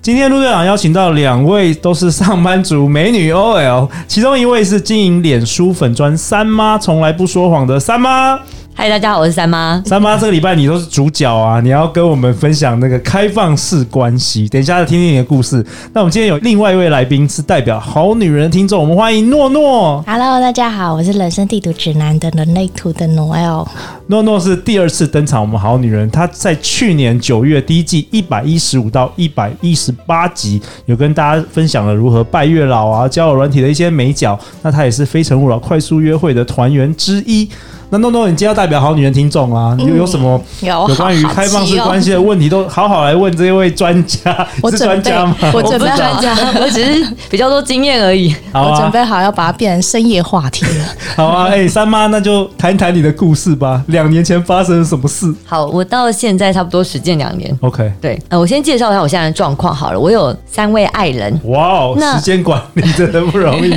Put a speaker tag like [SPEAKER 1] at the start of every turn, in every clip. [SPEAKER 1] 今天陆队长邀请到两位都是上班族美女 OL，其中一位是经营脸书粉砖三妈，从来不说谎的三妈。
[SPEAKER 2] 嗨，大家好，我是三妈。
[SPEAKER 1] 三妈，这个礼拜你都是主角啊，你要跟我们分享那个开放式关系。等一下听听你的故事。那我们今天有另外一位来宾是代表好女人的听众，我们欢迎诺诺。
[SPEAKER 3] Hello，大家好，我是人生地图指南的人类图的 Noel。
[SPEAKER 1] 诺诺是第二次登场，我们好女人，她在去年九月第一季一百一十五到一百一十八集，有跟大家分享了如何拜月老啊、交友软体的一些美角。那她也是非诚勿扰快速约会的团员之一。那诺诺，你今天要代表好女人听众啊，有有什么
[SPEAKER 3] 有
[SPEAKER 1] 有关于
[SPEAKER 3] 好好
[SPEAKER 1] 开放
[SPEAKER 3] 急
[SPEAKER 1] 式
[SPEAKER 3] 哦
[SPEAKER 1] 关系的问题，都好好来问这位专家，
[SPEAKER 3] 我
[SPEAKER 1] 是
[SPEAKER 3] 准
[SPEAKER 1] 专
[SPEAKER 3] 备
[SPEAKER 1] 家吗？，
[SPEAKER 3] 我
[SPEAKER 2] 我
[SPEAKER 3] 准
[SPEAKER 2] 不
[SPEAKER 3] 备
[SPEAKER 2] 是专
[SPEAKER 3] 好，
[SPEAKER 2] 家，我 只是比较多经验而已。
[SPEAKER 1] 好
[SPEAKER 3] 我准
[SPEAKER 1] 啊，
[SPEAKER 3] 备好要把它变成深夜话题了。
[SPEAKER 1] 好啊，哎、三妈，那就谈谈你的故事吧。两年前发生了什么事
[SPEAKER 2] 好，我到现在差不多实践两年。
[SPEAKER 1] ？OK，
[SPEAKER 2] 对，呃，我先介绍一下我现在的状况好了。我有三位爱人，
[SPEAKER 1] 哇哦，
[SPEAKER 2] 那
[SPEAKER 1] 时间管理真的不容易。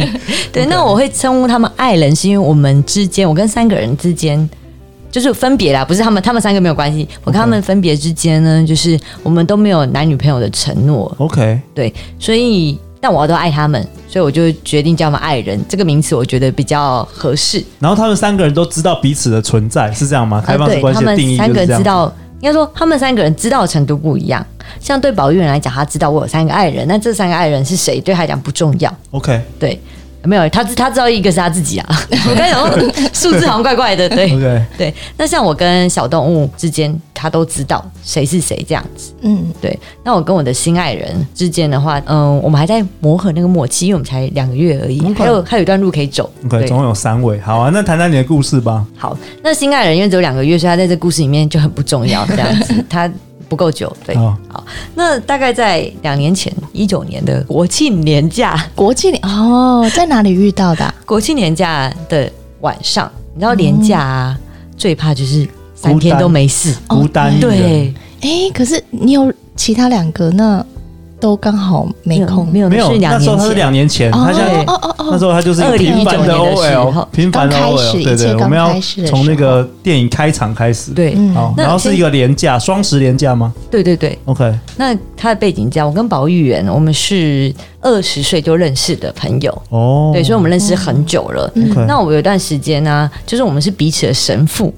[SPEAKER 2] 对，那我会称呼他们爱人，是因为我们之间，我跟三个人之间。就是分别啦，不是他们，他们三个没有关系。我跟他们分别之间呢，就是我们都没有男女朋友的承诺，
[SPEAKER 1] OK，
[SPEAKER 2] 对，所以但我都爱他们，所以我就决定叫他们爱人这个名词，我觉得比较合适。
[SPEAKER 1] 然后他们三个人都知道彼此的存在，是这样吗？
[SPEAKER 2] 啊，
[SPEAKER 1] 开放式
[SPEAKER 2] 对
[SPEAKER 1] 关
[SPEAKER 2] 他
[SPEAKER 1] 系的
[SPEAKER 2] 们
[SPEAKER 1] 定义就
[SPEAKER 2] 三
[SPEAKER 1] 是
[SPEAKER 2] 个
[SPEAKER 1] 这
[SPEAKER 2] 人
[SPEAKER 1] 样。
[SPEAKER 2] 知道，应该说他们三个人知道的程度不一样。像对保育人来讲，他知道我有三个爱人，那这三个爱人是谁，对他来讲不重要。
[SPEAKER 1] OK
[SPEAKER 2] 对，没有他知他知道一个是他自己啊。 我刚才想说数字好像怪怪的，对
[SPEAKER 1] OK，
[SPEAKER 2] 对。那像我跟小动物之间，他都知道谁是谁这样子。
[SPEAKER 3] 嗯，
[SPEAKER 2] 对，那我跟我的心爱人之间的话，嗯，我们还在磨合那个默契，因为我们才两个月而已，还有还有一段路可以走。
[SPEAKER 1] OK，
[SPEAKER 2] 对
[SPEAKER 1] 总共有三位。好啊，那谈谈你的故事吧。
[SPEAKER 2] 好，那心爱人因为只有两个月，所以他在这故事里面就很不重要，这样 子，他不够久。对，
[SPEAKER 1] 好
[SPEAKER 2] 好，那大概在两年前，一九年的国庆年假，
[SPEAKER 3] 国际哦，在哪里遇到的啊、
[SPEAKER 2] 国庆年假的晚上，你知道
[SPEAKER 1] 嗯
[SPEAKER 2] 年假、啊最怕就是三天都没事，
[SPEAKER 3] 哦
[SPEAKER 1] 孤单一人
[SPEAKER 2] 对，
[SPEAKER 3] 哎、可是你有其他两个呢，都刚好没空。
[SPEAKER 2] 没有，
[SPEAKER 1] 没
[SPEAKER 2] 没
[SPEAKER 1] 有
[SPEAKER 2] 有，是两
[SPEAKER 1] 那时候
[SPEAKER 2] 年
[SPEAKER 1] 他是
[SPEAKER 2] 前。
[SPEAKER 1] 两年前，他现在
[SPEAKER 3] 哦哦哦
[SPEAKER 1] 那时
[SPEAKER 3] 哦，
[SPEAKER 1] 候他就是一个平凡的
[SPEAKER 2] 2019年的时
[SPEAKER 1] OL，
[SPEAKER 2] 候
[SPEAKER 1] 平凡的
[SPEAKER 3] 刚开始
[SPEAKER 1] OL，
[SPEAKER 3] 一
[SPEAKER 1] 对
[SPEAKER 3] 切
[SPEAKER 1] 对，
[SPEAKER 3] 刚
[SPEAKER 1] 我们要
[SPEAKER 3] 开始的
[SPEAKER 1] 从那
[SPEAKER 3] 时
[SPEAKER 1] 个电影开场开始。
[SPEAKER 2] 对、
[SPEAKER 3] 嗯
[SPEAKER 1] 好，
[SPEAKER 2] 那
[SPEAKER 1] 然后是一个廉价双十廉价吗
[SPEAKER 2] 对对对，
[SPEAKER 1] ？OK，
[SPEAKER 2] 那他的背景这样，我跟保育员我们是二十岁就认识的朋友，
[SPEAKER 1] 哦，嗯
[SPEAKER 2] 对，所以我们认识很久了。
[SPEAKER 1] OK
[SPEAKER 2] 那我有一段时间呢、就是我们是彼此的神父，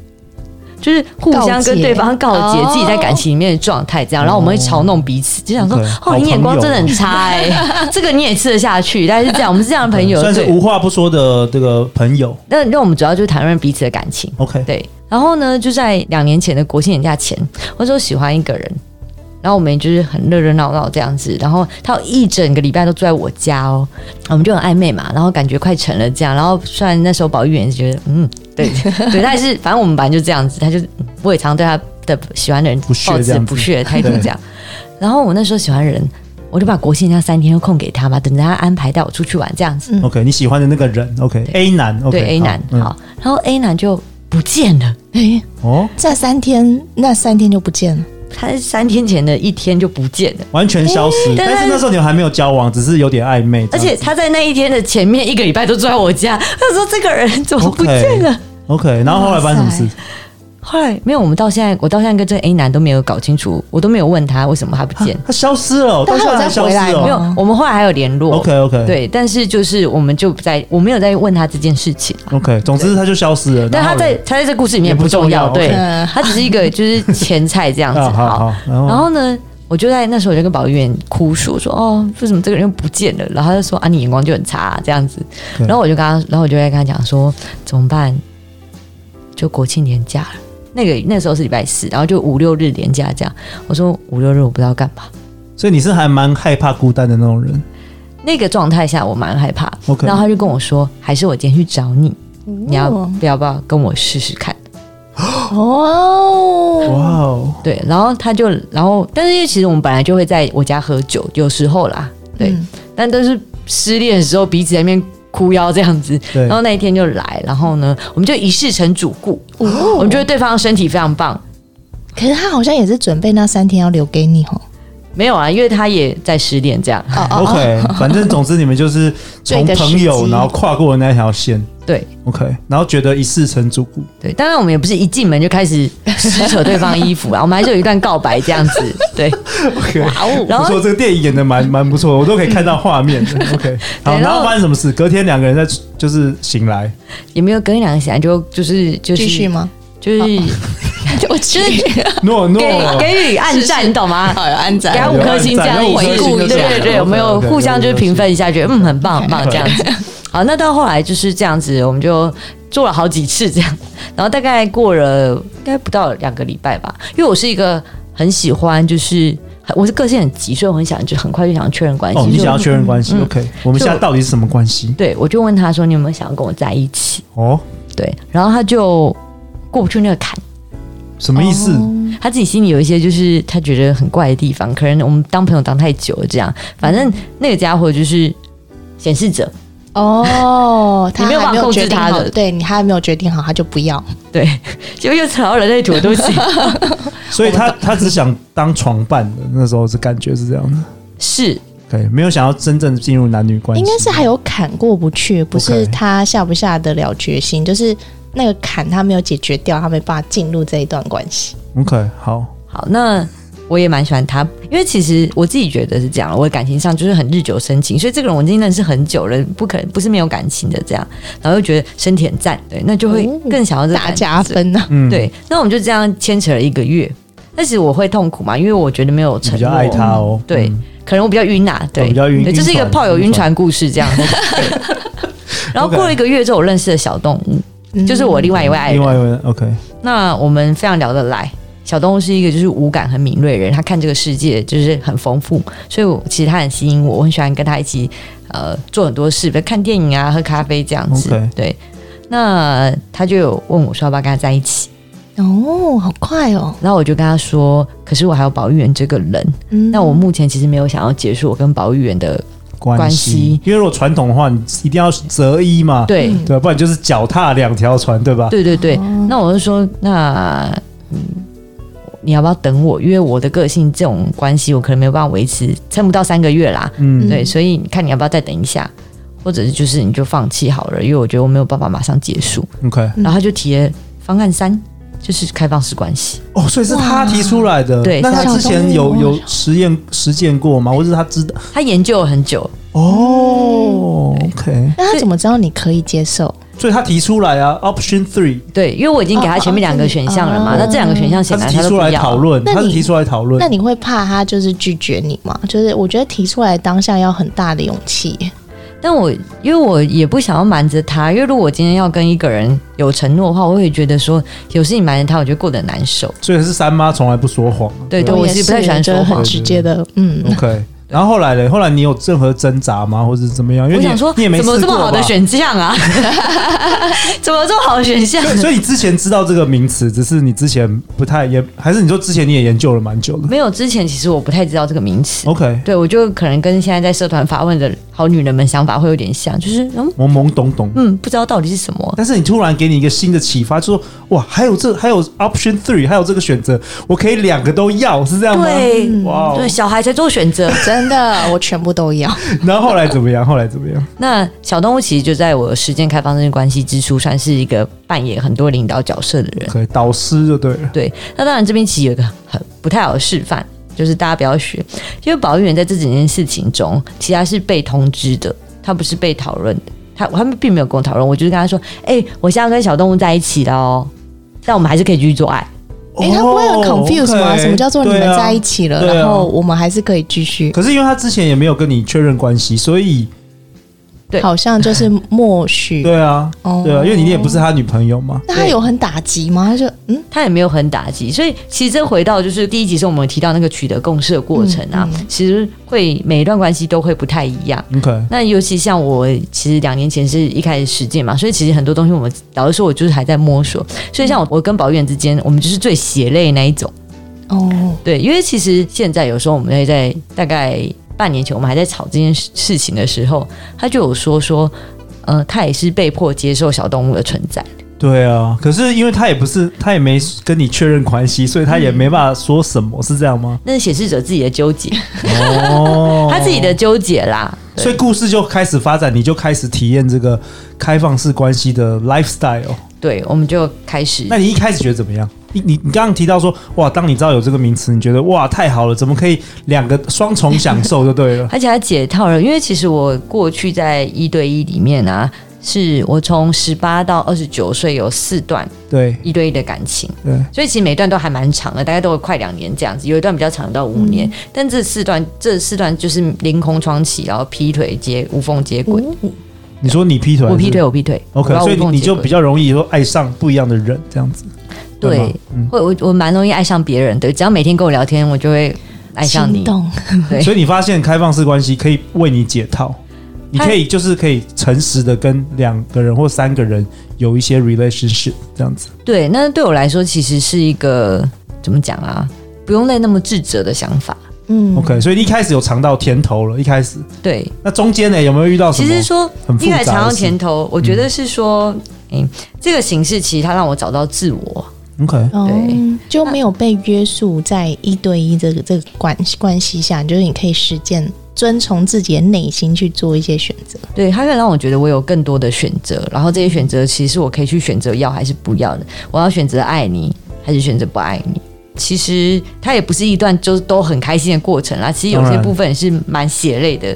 [SPEAKER 2] 就是互相
[SPEAKER 3] 告
[SPEAKER 2] 跟
[SPEAKER 3] 诫
[SPEAKER 2] 对方告诫
[SPEAKER 3] 哦
[SPEAKER 2] 自己在感情里面的状态，这样，然后我们会嘲弄彼此，就想说
[SPEAKER 1] 哦 OK，，好
[SPEAKER 2] 哦，你眼
[SPEAKER 1] 朋
[SPEAKER 2] 光
[SPEAKER 1] 友
[SPEAKER 2] 真的很差哎、这个你也吃得下去，大概是这样，我们是这样的朋友，
[SPEAKER 1] 算是
[SPEAKER 2] 对。
[SPEAKER 1] 无话不说的这个朋友。
[SPEAKER 2] 那那我们主要就是谈论彼此的感情，
[SPEAKER 1] OK，
[SPEAKER 2] 对。然后呢，就在两年前的国庆年假前，我就喜欢一个人。然后我们也就是很热热闹闹这样子，然后他有一整个礼拜都住在我家哦，我们就很暧昧嘛，然后感觉快成了这样，然后虽然那时候保育员是觉得嗯，对 对，但是反正我们本来就这样子，他就我也常对他的喜欢的人
[SPEAKER 1] 不屑
[SPEAKER 2] 抱
[SPEAKER 1] 这
[SPEAKER 2] 持
[SPEAKER 1] 样子
[SPEAKER 2] 不屑的态度
[SPEAKER 1] 对
[SPEAKER 2] 这样，然后我那时候喜欢的人，我就把国庆那三天都空给他嘛，等着他安排带我出去玩这样子，
[SPEAKER 1] OK，你喜欢的那个人，OK，A 男，OK，
[SPEAKER 2] 对 A 男
[SPEAKER 1] 嗯
[SPEAKER 2] 好，然后 A 男就不见了。
[SPEAKER 3] 哎、
[SPEAKER 1] 哦，
[SPEAKER 3] 这三天那三天就不见了。
[SPEAKER 2] 他三天前的一天就不见了，
[SPEAKER 1] 完全消失。
[SPEAKER 2] 但是
[SPEAKER 1] 但是那时候你们还没有交往，只是有点暧昧这
[SPEAKER 2] 而
[SPEAKER 1] 样。
[SPEAKER 2] 且他在那一天的前面一个礼拜都住在我家。他说这个人怎么不见了
[SPEAKER 1] OK，然后后来发生什么
[SPEAKER 3] 哇
[SPEAKER 1] 事？
[SPEAKER 2] 后来没有，我们到现在，我到现在跟这个 A 男都没有搞清楚，我都没有问他为什么他不见。
[SPEAKER 1] 他消失了，
[SPEAKER 3] 但
[SPEAKER 1] 到现在还
[SPEAKER 3] 他有再
[SPEAKER 1] 消
[SPEAKER 3] 回
[SPEAKER 1] 失
[SPEAKER 3] 来吗
[SPEAKER 1] 了。
[SPEAKER 2] 没有，我们后来还有联络。
[SPEAKER 1] OK OK
[SPEAKER 2] 对，但是就是我们就不在，我没有在问他这件事情。
[SPEAKER 1] OK，总之他就消失了。
[SPEAKER 2] 但他
[SPEAKER 1] 然后
[SPEAKER 2] 在
[SPEAKER 1] 嘞
[SPEAKER 2] 他在这故事里面也不重要，
[SPEAKER 1] 也不重要
[SPEAKER 2] 对
[SPEAKER 3] OK
[SPEAKER 2] 他只是一个就是前菜这样子。
[SPEAKER 1] 啊，好好，然
[SPEAKER 2] 然
[SPEAKER 1] 后
[SPEAKER 2] 后呢，我就在那时候我就跟保育员哭诉说，哦，为什么这个人又不见了？然后他就说啊，你眼光就很差、这样子。
[SPEAKER 1] 对
[SPEAKER 2] 然后我就跟他，然后我就在跟他讲说，怎么办？就国庆年假了，那个那时候是礼拜四，然后就五六日年假这样。我说五六日我不知道干嘛。
[SPEAKER 1] 所以你是还蛮害怕孤单的那种人。
[SPEAKER 2] 那个状态下我蛮害怕
[SPEAKER 1] OK
[SPEAKER 2] 然后他
[SPEAKER 1] 哦
[SPEAKER 2] 哦就跟我说，还是我今天去找你，你要不要不要跟我试试看？
[SPEAKER 1] 哇
[SPEAKER 3] 哦，
[SPEAKER 1] 哦，
[SPEAKER 2] 对，然后他就，然后，但是因为其实我们本来就会在我家喝酒，有时候啦，对，
[SPEAKER 3] 嗯
[SPEAKER 2] 但都是失恋的时候彼此在那边哭腰这样子。
[SPEAKER 1] 对
[SPEAKER 2] 然，后那一天就来，然后呢，我们就一试成主顾，
[SPEAKER 3] 哦
[SPEAKER 2] 我们觉得对方的身体非常棒。
[SPEAKER 3] 可是他好像也是准备那三天要留给你哦。
[SPEAKER 2] 没有啊，因为他也在失恋，这样
[SPEAKER 1] 哦 OK，反正总之你们 就是从
[SPEAKER 3] 对的
[SPEAKER 1] 朋
[SPEAKER 3] 时
[SPEAKER 1] 友，
[SPEAKER 3] 机
[SPEAKER 1] 然后跨过那条线。
[SPEAKER 2] 对
[SPEAKER 1] OK，然后觉得一世成主顾，
[SPEAKER 2] 对。当然，我们也不是一进门就开始撕扯对方衣 服啊，我们还是有一段告白这样子。对，哇 哦，然
[SPEAKER 1] 不
[SPEAKER 2] 后
[SPEAKER 1] 错，这个电影演的 蛮蛮不错的，我都可以看到画面的。OK，好，
[SPEAKER 2] 对然后
[SPEAKER 1] 然后发生什么事？隔天两个人在就是醒来，
[SPEAKER 2] 也没有隔一两个小时就就是就
[SPEAKER 3] 继续
[SPEAKER 2] 是
[SPEAKER 3] 吗？
[SPEAKER 2] 就是
[SPEAKER 3] 我去，
[SPEAKER 1] 诺诺，
[SPEAKER 2] 给给予暗战，你懂吗？
[SPEAKER 3] 好有安仔
[SPEAKER 2] 给他五颗星这样
[SPEAKER 1] 有
[SPEAKER 2] 一
[SPEAKER 1] 暗
[SPEAKER 3] 赞
[SPEAKER 2] 回
[SPEAKER 3] 有
[SPEAKER 2] 顾，
[SPEAKER 3] 五颗
[SPEAKER 2] 对
[SPEAKER 3] 星
[SPEAKER 2] 对对，
[SPEAKER 1] 有
[SPEAKER 2] 我们有
[SPEAKER 1] OK，OK，
[SPEAKER 2] 互相就是评分一下，觉得嗯很棒很棒这样子。 好，那到后来就是这样子，我们就做了好几次这样，然后大概过了应该不到两个礼拜吧，因为我是一个很喜欢就是。我是个性很急，所以我很想就很快就想要确认关系。
[SPEAKER 1] 哦，你
[SPEAKER 2] 就
[SPEAKER 1] 想要确认关
[SPEAKER 2] 嗯
[SPEAKER 1] 系？OK，我们现在到底是什么关系？
[SPEAKER 2] 对，我就问他说：“你有没有想要跟我在一起
[SPEAKER 1] 哦，？”
[SPEAKER 2] 对，然后他就过不去那个坎，
[SPEAKER 1] 什么意思？
[SPEAKER 2] 他自己心里有一些就是他觉得很怪的地方，可能我们当朋友当太久了，这样，反正那个家伙就是显示者，
[SPEAKER 3] 哦，他
[SPEAKER 2] 你没有
[SPEAKER 3] 还
[SPEAKER 2] 办法
[SPEAKER 3] 没有
[SPEAKER 2] 控制
[SPEAKER 3] 决定
[SPEAKER 2] 他
[SPEAKER 3] 好
[SPEAKER 2] 的，
[SPEAKER 3] 对你还没有决定好，他就不要。
[SPEAKER 2] 对，结果又扯到人类土，对不起，
[SPEAKER 1] 所以他他只想当床伴的，那时候是感觉是这样的。
[SPEAKER 2] 是
[SPEAKER 1] OK，没有想要真正进入男女关系，
[SPEAKER 3] 应该是还有坎过不去，不是
[SPEAKER 1] OK
[SPEAKER 3] 他下不下得了决心，就是那个坎他没有解决掉，他没办法进入这一段关系。
[SPEAKER 1] OK 好。
[SPEAKER 2] 好，那我也蛮喜欢他，因为其实我自己觉得是这样，我的感情上就是很日久生情，所以这个人我已经认识很久了，不可能不是没有感情的这样，然后又觉得身体很赞，对，那就会更想要这个
[SPEAKER 3] 大
[SPEAKER 2] 感
[SPEAKER 3] 加
[SPEAKER 2] 觉
[SPEAKER 3] 分呐、啊！
[SPEAKER 1] 嗯，，
[SPEAKER 2] 对，那我们就这样牵扯了一个月。但是我会痛苦嘛，因为我觉得没有承
[SPEAKER 1] 比
[SPEAKER 2] 诺，
[SPEAKER 1] 较爱他哦。
[SPEAKER 2] 对
[SPEAKER 1] 嗯
[SPEAKER 2] 可能我比较晕呐，对，
[SPEAKER 1] 哦比较晕
[SPEAKER 2] 对这是一个
[SPEAKER 1] 晕船
[SPEAKER 2] 炮友晕船故 事这样。对 然后过了一个月之后，我认识了小动物，
[SPEAKER 3] 嗯
[SPEAKER 2] 就是我另外一位爱
[SPEAKER 1] 嗯另外
[SPEAKER 2] 人。
[SPEAKER 1] 一位 OK，
[SPEAKER 2] 那我们非常聊得来。小动物是一个就是五感很敏锐的人，他看这个世界就是很丰富，所以我其实他很吸引我，我很喜欢跟他一起呃做很多事，比如看电影啊、喝咖啡这样子。
[SPEAKER 1] OK
[SPEAKER 2] 对，那他就有问我说要不要跟他在一起，
[SPEAKER 3] 哦，好快哦！
[SPEAKER 2] 然后我就跟他说，可是我还有保育员这个人，
[SPEAKER 3] 嗯
[SPEAKER 2] 那我目前其实没有想要结束我跟保育员的
[SPEAKER 1] 关
[SPEAKER 2] 关
[SPEAKER 1] 系
[SPEAKER 2] 系，
[SPEAKER 1] 因为如果传统的话，你一定要择一嘛，
[SPEAKER 2] 对。
[SPEAKER 3] 嗯
[SPEAKER 1] 对吧，不然就是脚踏两条船，对吧？
[SPEAKER 2] 对对对，那我就说，那嗯，你要不要等我？因为我的个性这种关系，我可能没有办法维持，撑不到三个月啦。
[SPEAKER 1] 嗯，
[SPEAKER 2] 对，所以你看你要不要再等一下，或者是就是你就放弃好了，因为我觉得我没有办法马上结束。
[SPEAKER 1] ，OK，
[SPEAKER 2] 然后他就提了方案三，就是开放式关系。
[SPEAKER 1] 哦，所以是他提出来的，
[SPEAKER 2] 对
[SPEAKER 1] 那他之前有
[SPEAKER 3] 小
[SPEAKER 2] 啊
[SPEAKER 3] 动物
[SPEAKER 1] 有实验实践过吗？或者是他知道？
[SPEAKER 2] 他研究了很久，
[SPEAKER 1] 哦，OK，
[SPEAKER 3] 那他怎么知道你可以接受？
[SPEAKER 1] 所以他提出来啊，Option Three，
[SPEAKER 2] 对，因为我已经给他前面两个选项了嘛，
[SPEAKER 3] 哦哦
[SPEAKER 2] 那这两个选
[SPEAKER 1] 他
[SPEAKER 2] 项显
[SPEAKER 1] 是
[SPEAKER 2] 然
[SPEAKER 1] 提
[SPEAKER 2] 他都
[SPEAKER 1] 出
[SPEAKER 2] 不
[SPEAKER 1] 来
[SPEAKER 2] 要
[SPEAKER 1] 讨。论，
[SPEAKER 3] 那你
[SPEAKER 1] 他是提出来讨论
[SPEAKER 3] 那，你会怕他就是拒绝你吗？就是我觉得提出来当下要很大的勇气耶。
[SPEAKER 2] 但我因为我也不想要瞒着他，因为如果我今天要跟一个人有承诺的话，我会觉得说有事情瞒着他，我就过得很难受。
[SPEAKER 1] 所以是三妈从来不说谎，
[SPEAKER 2] 对对，
[SPEAKER 3] 我
[SPEAKER 2] 我
[SPEAKER 3] 也
[SPEAKER 2] 是不太喜欢
[SPEAKER 3] 觉得
[SPEAKER 2] 说
[SPEAKER 3] 很
[SPEAKER 2] 谎。
[SPEAKER 3] 直接的，嗯，
[SPEAKER 1] ，OK。然后后来嘞，后来你有任何挣扎吗，或者是怎么样？因为
[SPEAKER 2] 我
[SPEAKER 1] 你也
[SPEAKER 2] 想说，
[SPEAKER 1] 你也没
[SPEAKER 2] 怎么
[SPEAKER 1] 试
[SPEAKER 2] 这么
[SPEAKER 1] 过
[SPEAKER 2] 好的
[SPEAKER 1] 吧
[SPEAKER 2] 选 项啊？怎么这么好的选项？啊
[SPEAKER 1] 所以你之前知道这个名词，只是你之前不太也，还是你说之前你也研究了蛮久了
[SPEAKER 2] 没有，之前其实我不太知道这个名词。
[SPEAKER 1] ？OK，
[SPEAKER 2] 对，我就可能跟现在在社团发问的好女人们想法会有点像，就是嗯
[SPEAKER 1] 懵懵懂懂。
[SPEAKER 2] 嗯，不知道到底是什么。
[SPEAKER 1] 但是你突然给你一个新的启发，就说哇，还有这还有 option three，还有这个选择，我可以两个都要，是这样吗？
[SPEAKER 2] 对，
[SPEAKER 1] 哇、哦
[SPEAKER 2] 对，小孩才做选择。
[SPEAKER 3] 真的，我全部都要。
[SPEAKER 1] 然后后来怎么样？后来怎么 样？
[SPEAKER 2] 那小动物其实就在我实践开放式关系之初，算是一个扮演很多领导角色的人。
[SPEAKER 1] 可以导师就对了。
[SPEAKER 2] 对，那当然这边其实有一个很不太好的示范，就是大家不要学，因为保育员在这整件事情中，其实他是被通知的，他不是被讨论的，他他们并没有跟我讨论，我就是跟他说，哎、我现在要跟小动物在一起了哦，但我们还是可以继续做爱。
[SPEAKER 3] 诶，他不会很
[SPEAKER 1] 哦
[SPEAKER 3] confused 吗？
[SPEAKER 1] ，OK，
[SPEAKER 3] 什么叫做你们
[SPEAKER 1] 对啊
[SPEAKER 3] 在一起了，
[SPEAKER 1] 对啊
[SPEAKER 3] 然后我们还是可以继续？
[SPEAKER 1] 可是因为他之前也没有跟你确认关系，所以
[SPEAKER 2] 对
[SPEAKER 3] 好像就是默许。
[SPEAKER 1] 对啊，
[SPEAKER 3] 哦
[SPEAKER 1] 对啊，因为你也不是他女朋友嘛。
[SPEAKER 3] 那他有很打击吗？他就嗯，
[SPEAKER 2] 他也没有很打击，所以其实这回到就是第一集时候我们有提到那个取得共识的过程啊，
[SPEAKER 3] 嗯嗯
[SPEAKER 2] 其实会每一段关系都会不太一样。
[SPEAKER 1] OK，
[SPEAKER 2] 那尤其像我，其实两年前是一开始实践嘛，所以其实很多东西我们老实说，我就是还在摸索。所以像我，我跟宝玉之间，我们就是最血泪那一种。
[SPEAKER 3] 哦，
[SPEAKER 2] 对，因为其实现在有时候我们会在大概半年前，我们还在吵这件事事情的时候，他就有说说，呃，他也是被迫接受小动物的存在。
[SPEAKER 1] 对啊，可是因为他也不是，他也没跟你确认关系，所以他也没办法说什么，是这样 吗？
[SPEAKER 2] 那是显示者自己的纠结，
[SPEAKER 1] 哦
[SPEAKER 2] 他自己的，纠结啦。对
[SPEAKER 1] 所以故事就开始发展，你就开始体验这个开放式关系的 lifestyle。
[SPEAKER 2] 对，我们就开始
[SPEAKER 1] 那你一开始觉得怎么样？你你你刚刚提到说，哇，当你知道有这个名词，你觉得哇太好了，怎么可以两个双重享受就对
[SPEAKER 2] ？
[SPEAKER 1] 了
[SPEAKER 2] 而且还解套了，因为其实我过去在一对一里面啊，是我从十八到二十九岁有四段
[SPEAKER 1] 对
[SPEAKER 2] 一对一的感情，
[SPEAKER 1] 对，
[SPEAKER 2] 所以其实每段都还蛮长的，大概都有快两年这样子，有一段比较长到五年，
[SPEAKER 3] 嗯
[SPEAKER 2] 但这四段这四段就是凌空窗期，然后劈腿接无缝接轨，
[SPEAKER 3] 哦
[SPEAKER 1] 你说你劈腿还
[SPEAKER 2] 我
[SPEAKER 1] 是，
[SPEAKER 2] 劈腿我劈腿
[SPEAKER 1] ，OK，
[SPEAKER 2] 我要
[SPEAKER 1] 所以
[SPEAKER 2] 无缝
[SPEAKER 1] 你你
[SPEAKER 2] 接
[SPEAKER 1] 就
[SPEAKER 2] 轨
[SPEAKER 1] 比较容易说爱上不一样的人这样子。
[SPEAKER 2] 对
[SPEAKER 1] 吗，嗯，
[SPEAKER 2] 会我我蛮容易爱上别人的，只要每天跟我聊天，我就会爱上
[SPEAKER 3] 心
[SPEAKER 2] 你。
[SPEAKER 3] 动，
[SPEAKER 2] 对
[SPEAKER 1] 所以你发现开放式关系可以为你解套，你
[SPEAKER 2] 它
[SPEAKER 1] 可以就是可以诚实的跟两个人或三个人有一些 relationship 这样子。
[SPEAKER 2] 对，那对我来说其实是一个怎么讲啊？不用再那么自责的想法。
[SPEAKER 3] 嗯
[SPEAKER 1] OK，所以你一开始有尝到甜头了，一开始，
[SPEAKER 2] 对，
[SPEAKER 1] 那中间呢有没有遇到什
[SPEAKER 2] 其
[SPEAKER 1] 么？
[SPEAKER 2] 实说
[SPEAKER 1] 很复
[SPEAKER 2] 一
[SPEAKER 1] 杂
[SPEAKER 2] 开
[SPEAKER 1] 的
[SPEAKER 2] 始尝到
[SPEAKER 1] 事嗯
[SPEAKER 2] 甜头，我觉得是说，嗯、这个形式其实它让我找到自我。
[SPEAKER 1] OK，
[SPEAKER 3] 哦
[SPEAKER 2] 对，
[SPEAKER 3] 就没有被约束在一对一这个这个关系关系下，就是你可以实践遵从自己的内心去做一些选择。
[SPEAKER 2] 对，它会让我觉得我有更多的选择，然后这些选择其实是我可以去选择要还是不要的，我要选择爱你还是选择不爱你。其实它也不是一段就是都很开心的过程啦，其实有
[SPEAKER 1] 当
[SPEAKER 2] 些
[SPEAKER 1] 然
[SPEAKER 2] 部分也是蛮血泪的，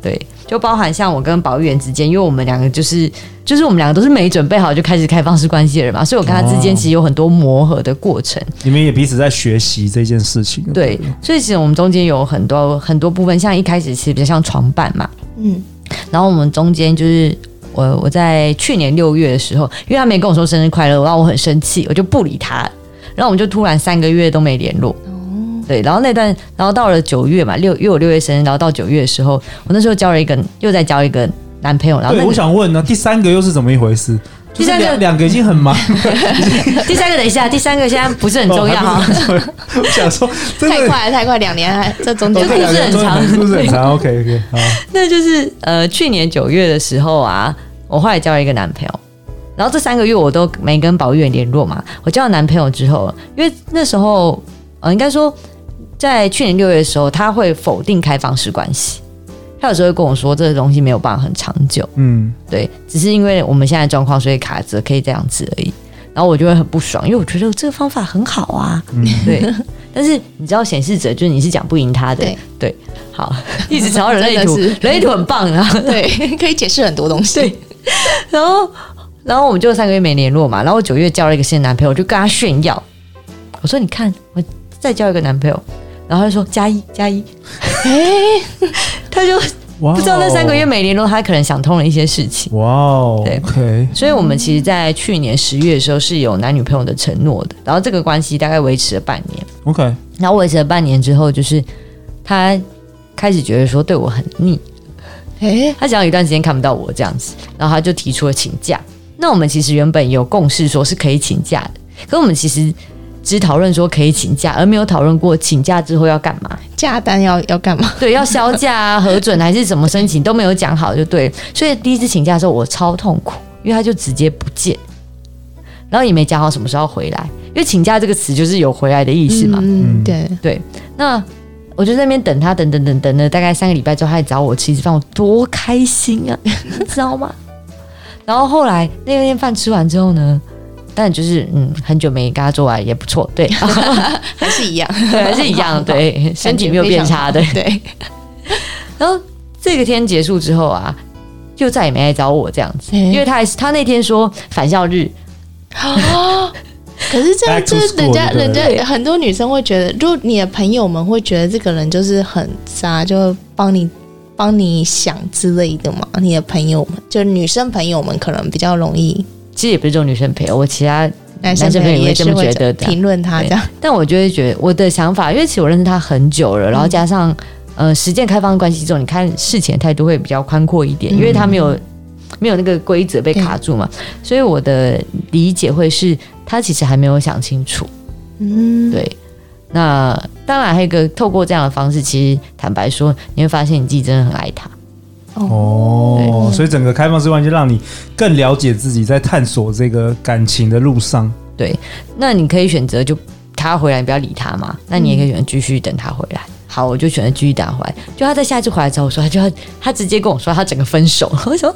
[SPEAKER 2] 对，就包含像我跟保育员之间，因为我们两个就是就是我们两个都是没准备好就开始开放式关系的人嘛，所以我跟他之间
[SPEAKER 1] 哦
[SPEAKER 2] 其实有很多磨合的过程。
[SPEAKER 1] 你们也彼此在学习这件事情。
[SPEAKER 2] 对，所以其实我们中间有很多很多部分，像一开始其实比较像床伴嘛，
[SPEAKER 3] 嗯，
[SPEAKER 2] 然后我们中间就是。我我在去年六月的时候，因为他没跟我说生日快乐，然后我很生气，我就不理他，然后我们就突然三个月都没联络。
[SPEAKER 1] 哦
[SPEAKER 2] 对，然后那段，然后到了九月嘛，六因为我六月生日，然后到九月的时候，我那时候交了一个，又再交一个男朋友，然后
[SPEAKER 1] 对，
[SPEAKER 2] 那
[SPEAKER 1] 我
[SPEAKER 2] 个
[SPEAKER 1] 想问呢，第三个又是怎么一回事？
[SPEAKER 2] 第三个
[SPEAKER 1] 就是两两个已经很 忙，
[SPEAKER 2] 第三个等一下，第三个现在不是很重要
[SPEAKER 1] 哦
[SPEAKER 2] 哈、
[SPEAKER 1] 还不是很 重要我想说，真
[SPEAKER 3] 太
[SPEAKER 1] 的，
[SPEAKER 3] 快了，太快，两年还这中
[SPEAKER 1] 哦
[SPEAKER 3] 间
[SPEAKER 2] 就
[SPEAKER 1] 这
[SPEAKER 2] 故
[SPEAKER 1] 两
[SPEAKER 2] 事
[SPEAKER 1] 个
[SPEAKER 2] 很
[SPEAKER 1] 真的
[SPEAKER 2] 长
[SPEAKER 1] 故事很长。OK OK，好，
[SPEAKER 2] 那就是呃，去年九月的时候啊，我后来交了一个男朋友，然后这三个月我都没跟保育员联络嘛。我交了男朋友之后，因为那时候呃，应该说在去年六月的时候，他会否定开放式关系，他有时候会跟我说这个东西没有办法很长久，
[SPEAKER 1] 嗯，
[SPEAKER 2] 对，只是因为我们现在的状况，所以卡着可以这样子而已。然后我就会很不爽，因为我觉得这个方法很好啊，对。但是你知道显示者就是你是讲不赢他的，
[SPEAKER 3] 对
[SPEAKER 2] 对。 好，一直找到人类图，
[SPEAKER 3] 真的是
[SPEAKER 2] 人类图很棒啊。
[SPEAKER 3] 对， 可以解释很多东西。
[SPEAKER 2] 对然后，然后我们就三个月没联络嘛。然后我九月交了一个新的男朋友，我就跟他炫耀，我说：“你看，我再交一个男朋友。”然后他就说：“加一加一。
[SPEAKER 3] 哎，”
[SPEAKER 2] 他就
[SPEAKER 1] 哇哦
[SPEAKER 2] 不知道那三个月，没联络，他可能想通了一些事情。
[SPEAKER 1] 哇哦
[SPEAKER 2] 对
[SPEAKER 1] ，OK，
[SPEAKER 2] 所以，我们其实，在去年十月的时候是有男女朋友的承诺的。然后，这个关系大概维持了半年。
[SPEAKER 1] OK，
[SPEAKER 2] 然后维持了半年之后，就是他开始觉得说对我很腻，
[SPEAKER 3] 哎，
[SPEAKER 2] 他想要一段时间看不到我这样子，然后他就提出了请假。那我们其实原本有共识说是可以请假的，可我们其实只讨论说可以请假，而没有讨论过请假之后要干嘛。
[SPEAKER 3] 价单要要干嘛？
[SPEAKER 2] 对，要销假啊、 核准还是怎么申请都没有讲好，就对了。所以第一次请假的时候，我超痛苦，因为他就直接不见，然后也没讲好什么时候要回来，因为请假这个词就是有回来的意思嘛。
[SPEAKER 3] 嗯
[SPEAKER 1] 嗯，
[SPEAKER 3] 对，
[SPEAKER 2] 那我就在那边等他，等等等等了大概三个礼拜之后，他来找我吃一次饭，我多开心啊， 你知道吗？然后后来那天饭吃完之后呢，但就是嗯，很久没跟他做完也不错，对，
[SPEAKER 3] 还是一样，
[SPEAKER 2] 对，还是一样，对，身体没有变差，对。
[SPEAKER 3] 对，
[SPEAKER 2] 然后这个天结束之后啊，就再也没来找我这样子，
[SPEAKER 3] 因
[SPEAKER 2] 因为他还是他那天说返校日，
[SPEAKER 3] 啊。可是这样，
[SPEAKER 1] Back to
[SPEAKER 3] 就是
[SPEAKER 1] school
[SPEAKER 3] 人家
[SPEAKER 1] 就对
[SPEAKER 3] 人
[SPEAKER 1] 了
[SPEAKER 3] 家很多女生会觉得，如果你的朋友们会觉得这个人就是很渣，就帮你帮你想之类的嘛？你的朋友们，就是女生朋友们，可能比较容易，
[SPEAKER 2] 其实也不是只有女生陪我，其他
[SPEAKER 3] 男生
[SPEAKER 2] 男生朋友也
[SPEAKER 3] 也
[SPEAKER 2] 这
[SPEAKER 3] 是
[SPEAKER 2] 么
[SPEAKER 3] 会
[SPEAKER 2] 觉得的
[SPEAKER 3] 评论他
[SPEAKER 2] 对
[SPEAKER 3] 这样。
[SPEAKER 2] 但我就会觉得我的想法，因为其实我认识他很久了，然后加上、呃实践开放关系之后，你看事情的态度会比较宽阔一点，
[SPEAKER 3] 嗯
[SPEAKER 2] 因为他没有没有那个规则被卡住嘛，所以我的理解会是他其实还没有想清楚。
[SPEAKER 3] 嗯，
[SPEAKER 2] 对，那当然还有一个透过这样的方式，其实坦白说，你会发现你自己真的很爱他。
[SPEAKER 1] 哦，所以整个开放式关系让你更了解自己，在探索这个感情的路上。
[SPEAKER 2] 那你可以选择就他回来，你不要理他嘛。那你也可以选择继续等他回来。
[SPEAKER 3] 嗯
[SPEAKER 2] 好，我就选择继续等他回来。就他在下一次回来找我说，他就要他直接跟我说他整个分手。 我说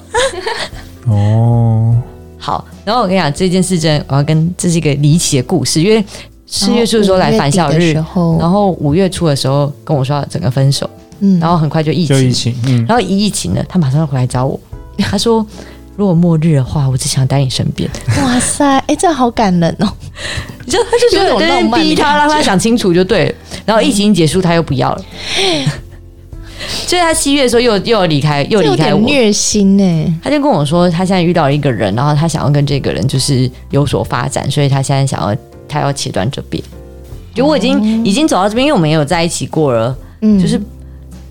[SPEAKER 1] 哦，
[SPEAKER 2] 好，然后我跟你讲这件事真的，我要跟这是一个离奇的故事，因为四月初的时候来返校
[SPEAKER 3] 哦然后五月底的
[SPEAKER 2] 日
[SPEAKER 3] 时，候，
[SPEAKER 2] 然后五月初的时候跟我说要整个分手，
[SPEAKER 3] 嗯
[SPEAKER 2] 然后很快就疫
[SPEAKER 1] 就疫
[SPEAKER 2] 情，
[SPEAKER 1] 情，嗯，
[SPEAKER 2] 然后一疫情呢，他马上就回来找我，他说。如果末日的话，我只想待你身边。
[SPEAKER 3] 哇塞，哎，这好感人哦，
[SPEAKER 2] 你知道，他就觉得
[SPEAKER 3] 有种
[SPEAKER 2] 在那
[SPEAKER 3] 浪
[SPEAKER 2] 边
[SPEAKER 3] 漫的
[SPEAKER 2] 逼他，
[SPEAKER 3] 感
[SPEAKER 2] 让
[SPEAKER 3] 觉
[SPEAKER 2] 他想清楚就对了。然后疫情结束，他又不要了， 所以他七月的时候又又离开，又
[SPEAKER 3] 这有
[SPEAKER 2] 离开
[SPEAKER 3] 点
[SPEAKER 2] 我。
[SPEAKER 3] 虐心哎，
[SPEAKER 2] 他就跟我说，他现在遇到了一个人，然后他想要跟这个人就是有所发展，所以他现在想要他要切断这边。就我已经、已经走到这边，因为我们也有在一起过了，
[SPEAKER 3] 哦嗯，
[SPEAKER 2] 就是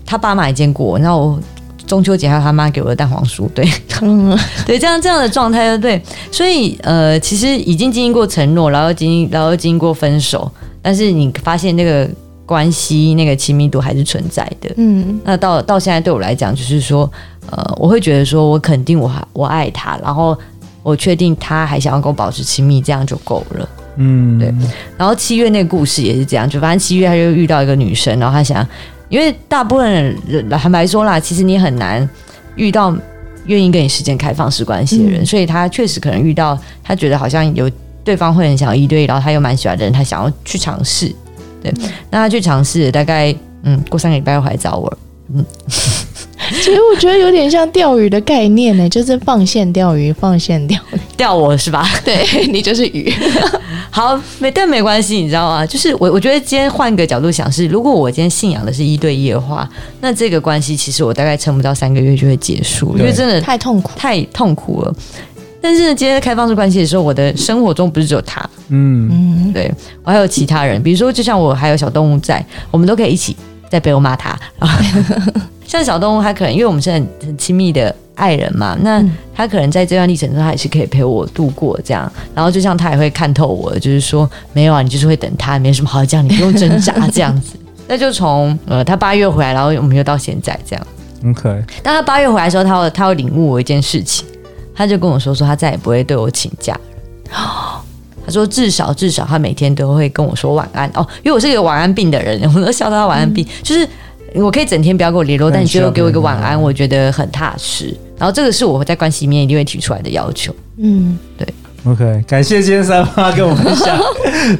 [SPEAKER 2] 他爸妈也见过我，然后我中秋节还有他妈给我的蛋黄酥，对
[SPEAKER 3] 嗯，
[SPEAKER 2] 对，这样这样的状态，对，所以呃，其实已经经历过承诺，然后经然后经过分手，但是你发现那个关系那个亲密度还是存在的，
[SPEAKER 3] 嗯
[SPEAKER 2] 那到到现在对我来讲，就是说，呃，我会觉得说我肯定我还我爱他，然后我确定他还想要跟我保持亲密，这样就够了。
[SPEAKER 1] 嗯，
[SPEAKER 2] 对然后七月那个故事也是这样，就反正七月他就遇到一个女生，然后他想，因为大部分人坦白说啦，其实你很难遇到愿意跟你实践开放式关系的人，
[SPEAKER 3] 嗯
[SPEAKER 2] 所以他确实可能遇到他觉得好像有对方会很想要一对一，然后他又蛮喜欢的人，他想要去尝试。对，那他去尝试，大概嗯过三个礼拜又回来找我了。
[SPEAKER 3] 其实我觉得有点像钓鱼的概念呢，就是放线钓鱼，放线钓鱼，
[SPEAKER 2] 掉我是吧？
[SPEAKER 3] 对你就是鱼，
[SPEAKER 2] 好，没但没关系，你知道吗？就是我我觉得今天换个角度想是，如果我今天信仰的是一对一的话，那这个关系其实我大概撑不到三个月就会结束，因
[SPEAKER 1] 对
[SPEAKER 2] 为真的
[SPEAKER 3] 太痛苦，
[SPEAKER 2] 太痛苦了。但是呢，今天开放式关系的时候，我的生活中不是只有他，
[SPEAKER 1] 嗯，
[SPEAKER 3] 嗯，
[SPEAKER 2] 对我还有其他人，比如说就像我还有小动物在，我们都可以一起在背后骂他。 然后像小动物，它可能因为我们是很很亲密的爱人嘛，那
[SPEAKER 3] 嗯
[SPEAKER 2] 他可能在这段历程中，他也是可以陪我度过这样。然后就像他也会看透我，就是说没有啊，你就是会等他，没什么好讲，你不用挣扎这样子。那就从呃他八月回来，然后我们又到现在这样。
[SPEAKER 1] 很可爱，
[SPEAKER 2] 当他八月回来的时候，他会他会领悟我一件事情，他就跟我说说他再也不会对我请假了。 他说至少至少他每天都会跟我说晚安哦，因为我是一个晚安病的人，我都笑他晚安病，就是我可以整天不要跟我联络，
[SPEAKER 1] 嗯那
[SPEAKER 2] 但
[SPEAKER 1] 你
[SPEAKER 2] 你最后给我一个
[SPEAKER 1] 需要嗯
[SPEAKER 2] 晚
[SPEAKER 1] 别人
[SPEAKER 2] 安，我觉得很踏实。然后这个是我在关系里面一定会提出来的要求。
[SPEAKER 3] 嗯，
[SPEAKER 1] OK，感谢今天三八跟我们分 享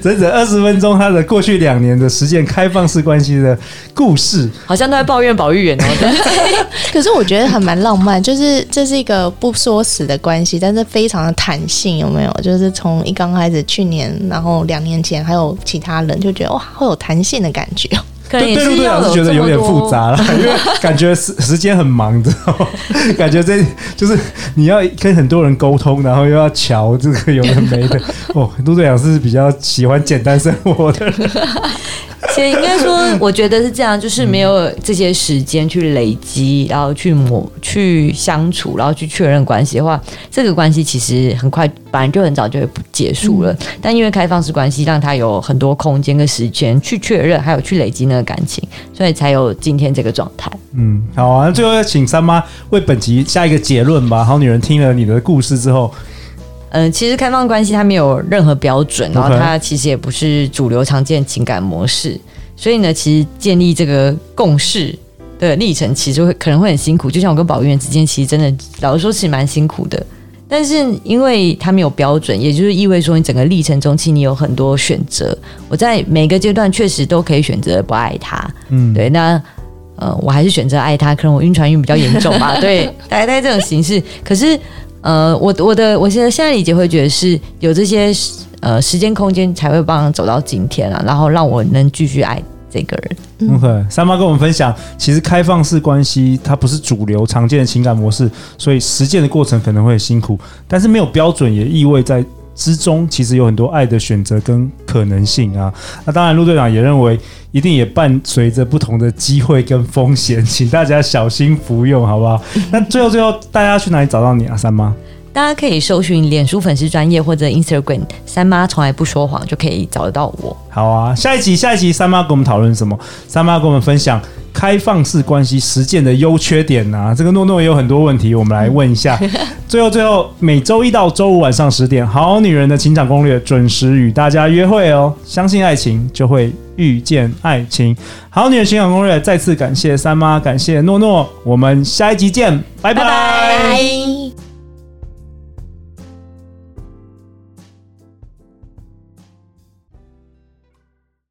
[SPEAKER 1] 整整二十分钟他的过去两年的实践开放式关系的故事。
[SPEAKER 2] 好像都在抱怨保 育员哦。
[SPEAKER 3] 可是我觉得还蛮浪漫，就是这是一个不说死的关系，但是非常的弹性，有没有？就是从一刚开始去年，然后两年前还有其他人，就觉得哇，会有弹性的感觉。哦
[SPEAKER 2] 可能
[SPEAKER 1] 对
[SPEAKER 2] 也
[SPEAKER 1] 对，陆
[SPEAKER 2] 是
[SPEAKER 1] 队
[SPEAKER 2] 要
[SPEAKER 1] 长是觉得
[SPEAKER 2] 这
[SPEAKER 1] 有
[SPEAKER 2] 么
[SPEAKER 1] 点
[SPEAKER 2] 多
[SPEAKER 1] 复。 杂了，因为感觉时时间很忙的、哦， 感觉这就是你要跟很多人沟通，然后又要瞧这个有的没的。 哦，陆队长是比较喜欢简单生活的人。
[SPEAKER 2] 其实应该说，我觉得是这样，就是没有这些时间去累积，然后去磨、去相处，然后去确认关系的话，这个关系其实很快，本来就很早就会结束了。但因为开放式关系，让他有很多空间跟时间去确认，还有去累积那个感情，所以才有今天这个状态。
[SPEAKER 1] 嗯，好啊，那最后要请三妈为本集下一个结论吧。好女人听了你的故事之后，
[SPEAKER 2] 嗯，其实开放关系它没有任何标准，然后
[SPEAKER 1] OK
[SPEAKER 2] 它其实也不是主流常见情感模式，所以呢，其实建立这个共识的历程，其实会可能会很辛苦。就像我跟保育员之间，其实真的老实说，其实蛮辛苦的。但是因为它没有标准，也就是意味说，你整个历程中，其实你有很多选择。我在每个阶段确实都可以选择不爱他，
[SPEAKER 1] 嗯，
[SPEAKER 2] 对，那呃，我还是选择爱他，可能我晕船晕比较严重吧，对，大概大概这种形式。可是呃，我我的我现在现在理解会觉得是有这些呃时间空间才会帮我走到今天啊，然后让我能继续爱这这个人。
[SPEAKER 1] OK，三妈跟我们分享，其实开放式关系它不是主流常见的情感模式，所以实践的过程可能会很辛苦，但是没有标准也意味在之中，其实有很多爱的选择跟可能性啊。那当然，陆队长也认为，一定也伴随着不同的机会跟风险，请大家小心服用，好不好？那最后最后，大家去哪里找到你啊，三妈？
[SPEAKER 2] 大家可以搜寻脸书粉丝专业或者 Instagram“ 三妈从来不说谎”，就可以找得到我。
[SPEAKER 1] 好啊，下一集下一集三妈跟我们讨论什么？三妈跟我们分享开放式关系实践的优缺点呐、这个诺诺也有很多问题，我们来问一 下。最后最后，每周一到周五晚上十点，《好女人的情场攻略》准时与大家约会哦。相信爱情，就会遇见爱情。《好女人情场攻略》再次感谢三妈，感谢诺诺，我们下一集见，拜拜
[SPEAKER 3] 拜。